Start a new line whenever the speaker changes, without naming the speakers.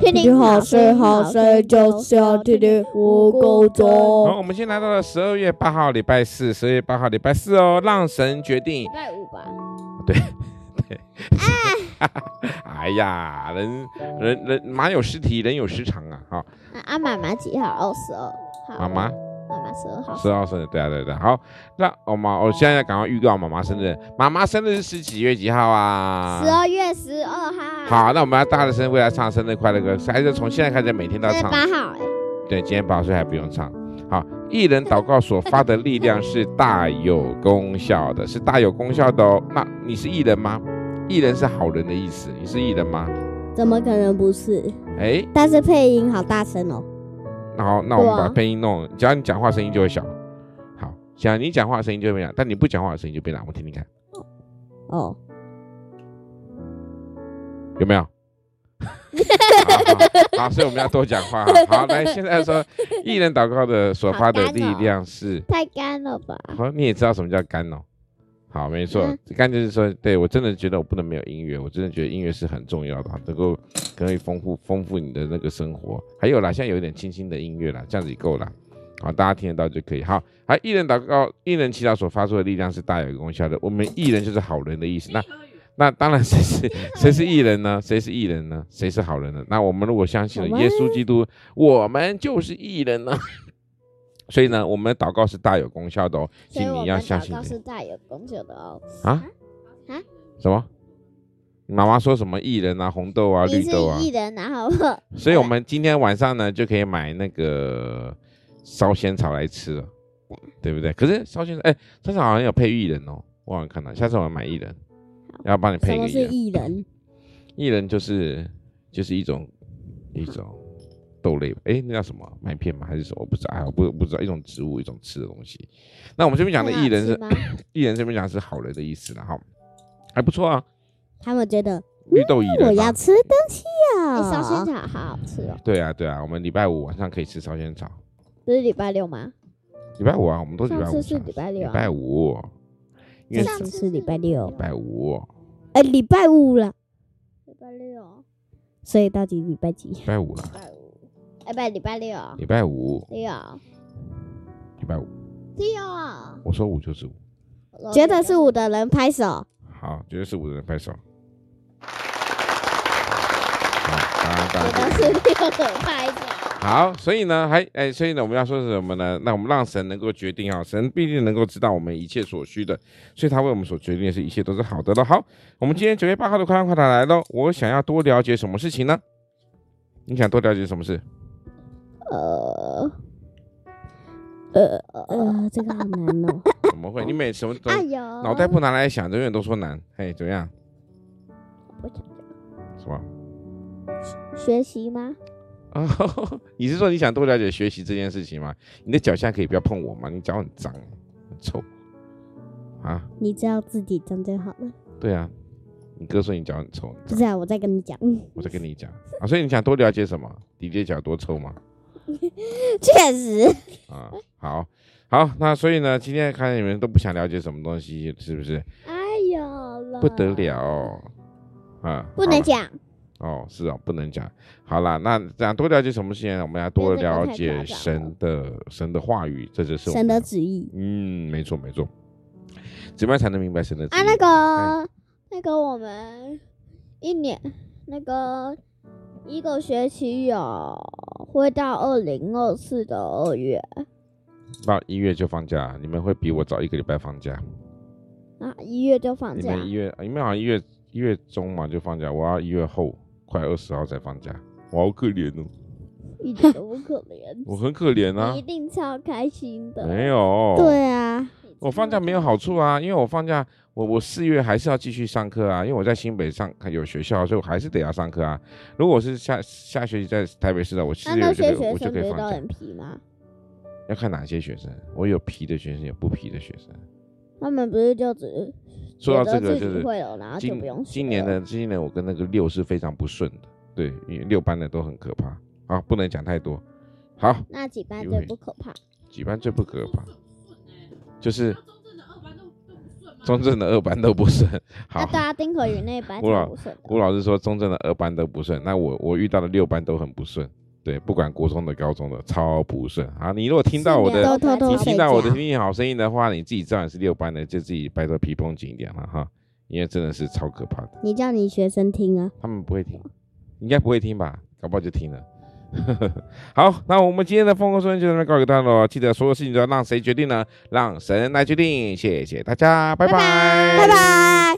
听
听
听
好
哦好
声
声
好
好
声
声，
就
就是是
要
要
听
听
听
听
无
无
垢
垢
中
中。
好，我们现在来到了十二月八号，礼拜四，十二月八号，礼拜四哦，让神决定
礼。拜五吧，
哎呀，人人人马有失蹄，人有失常啊！哈、
啊啊，妈妈几号？哦，十二号。
妈妈
妈妈十二号。
十号生日，对啊对啊对啊。好，那我们我现在赶快预告妈妈生日，妈妈生日是几月几号啊？
十。二月十二号。，
好，那我们要大的生日为她唱生日快乐歌，还是从现在开始每天都要
这是
唱。
八号哎。
对，今天八岁还不用唱。好，一人祷告所发的力量是大有功效的，是大有功效的哦。那你是艺人吗？艺人是好人的意思，你是艺人吗？
怎么可能不是？
哎，
但是配音好大声哦。
那好，那我
对
们
啊
把配音弄，只要你讲话声音就会小。好，想你讲话声音就会变大，但你不讲话的声音就变大，我听听看
哦，
有没有？ 好好好，所以我们要多讲话。好，来，现在说艺人祷告的所发的力量是。
太干了吧？
好，你也知道什么叫干哦。好，没错
嗯，
干、就是说，对我真的觉得我不能没有音乐，我真的觉得音乐是很重要的，能够可以丰富丰富你的那个生活。还有啦，现在有一点清新的音乐啦，这样子也够了。好，大家听得到就可以。好，好，一人祷告，一人祈祷所发出的力量是大有功效的。我们艺人就是好人的意思。那那当然，谁是谁是艺人呢？谁是艺人呢？谁是好人呢？那我们如果相信
我
了
们
耶稣基督，我们就是艺人呢。所以呢，我们的祷告是大有功效的哦，
所以
请
我
你
们
要相
祷
信
告
你
是大有功效的哦。
啊
啊
什么？你妈妈说什么薏仁啊、红豆啊、绿
你是
豆啊，
艺人，然后
所以我们今天晚上呢就可以买那个烧仙草来吃了，对不对？可是烧仙草，哎，烧仙草好像有配薏仁哦，我好像看到，下次我们买薏仁，
哦
要帮你配
什
一个
么
薏
是
仁。
艺人？
薏仁就是就是一种一种豆类吧，哎，那叫什么麦片吗？还是什么？我不知道，哎，我不不知道，一种植物，一种吃的东西。那我们这边讲的薏仁是
很 好
薏仁，这边讲是好人的意思，然后还不错啊，
他们觉得
绿豆薏
嗯
我
仁
要
啊。
吃东西
吃吗？哎，烧仙
哦。
草好好吃哦。
对啊，对啊，我们礼拜五晚上可以吃烧仙草。
不是礼拜六吗？
礼拜五啊，我们都是礼拜
上
五
次是
上。
礼拜六
礼
啊。
拜五，因为
上
是
次
上次礼拜六
礼，拜五，
哎，礼拜五了，
礼拜六，
所以到底礼拜几？
礼拜五啦，
礼拜五，哎，不，礼拜六，
礼拜五，
六，
礼拜五，
六。
我说五就是五。
觉得是啊五的人拍手。
好，绝对是五的人拍手。好，
觉
大家大
得
家
是六的拍手。
好，所以呢，还哎，所以呢，我们要说什么呢？那我们让神能够决定啊，神必定能够知道我们一切所需的，所以他为我们所决定的是一切都是好的了。好，我们今天九月八号的快问快答来喽。我想要多了解什么事情呢？你想多了解什么事？
呃，
呃，这个好难哦。
怎么会？你每什么都
哎呦，
脑袋不拿来想，永远都说难。嘿，怎么样？
我想
什么？
学习吗？
哦， 你是说你想多了解学习这件事情吗？你的脚下可以不要碰我吗？你脚很脏，很臭啊！
你知道自己讲就好了。
对啊，你哥说你脚很臭，
不是啊，我再跟你讲，嗯
我再跟你讲啊。所以你想多了解什么？你的脚多臭吗？
确实，
啊，好好，那所以呢，今天看你们都不想了解什么东西，是不是？
哎呦了，
不得，了哦啊！
不能
好啦
讲。
哦，是哦，不能讲。好啦，那想多了解什么事情呢？我们要多
这个
了
太
解
夸张
神
了
的神的话语，这就是我
神
们
的旨意。
嗯，没错没错，怎么样才能明白神的旨意？
啊，那
哎
个那个，我们一年那个一个学期有会到二零二四的二月
到一月就放假，你们会比我早一个礼拜放假。
啊，一月就放
你
假
们。一月，你们好像一月一月中嘛就放假，我要一月后快二十号才放假，我好可怜哦，
一点都不可怜。
我很可怜啊
你一。定超开心的。
没，有，
对啊，
我放假没有好处啊，因为我放假，我我四月还是要继续上课啊，因为我在新北上有学校，所以我还是得要上课啊。如果我是下下学期在台北市的，我四
啊那那
月我就可
些
以
学
我就
生哎
可
不
以
是
放
都
假
很。皮吗？
要看哪些学生，我有皮的学生，有不皮的学生。
他们不是就只
说到
觉得
这个，
自
就
己
是
会了，然啊后就
今
不用学
今年
了
的今年我跟那个六是非常不顺的，对，因为六班的都很可怕啊，不能讲太多。好，
那几班
有
最
点
不可怕？
几班最不可怕？就是中正的二班都不顺。好
那，对啊，丁可宇那一 班
我老
超不顺的，
吴老师说中正的二班都不顺，那我我遇到的六班都很不顺，对，不管国中的、高中的，超不顺。啊，你如果听到我的
是
都偷偷
你
你
睡
听
觉
到我的听听好声音的话，你自己知道你是六班的，就自己拜托皮绷紧一点了哈，因为真的是超可怕的。
你叫你学生听啊，
他们不会听，应该不会听吧？搞不好就听了。 好，那我们今天的风格说就到这边告一个段落，记得所有事情都要让谁决定呢？让神来决定。谢谢大家，拜
拜
拜
拜拜。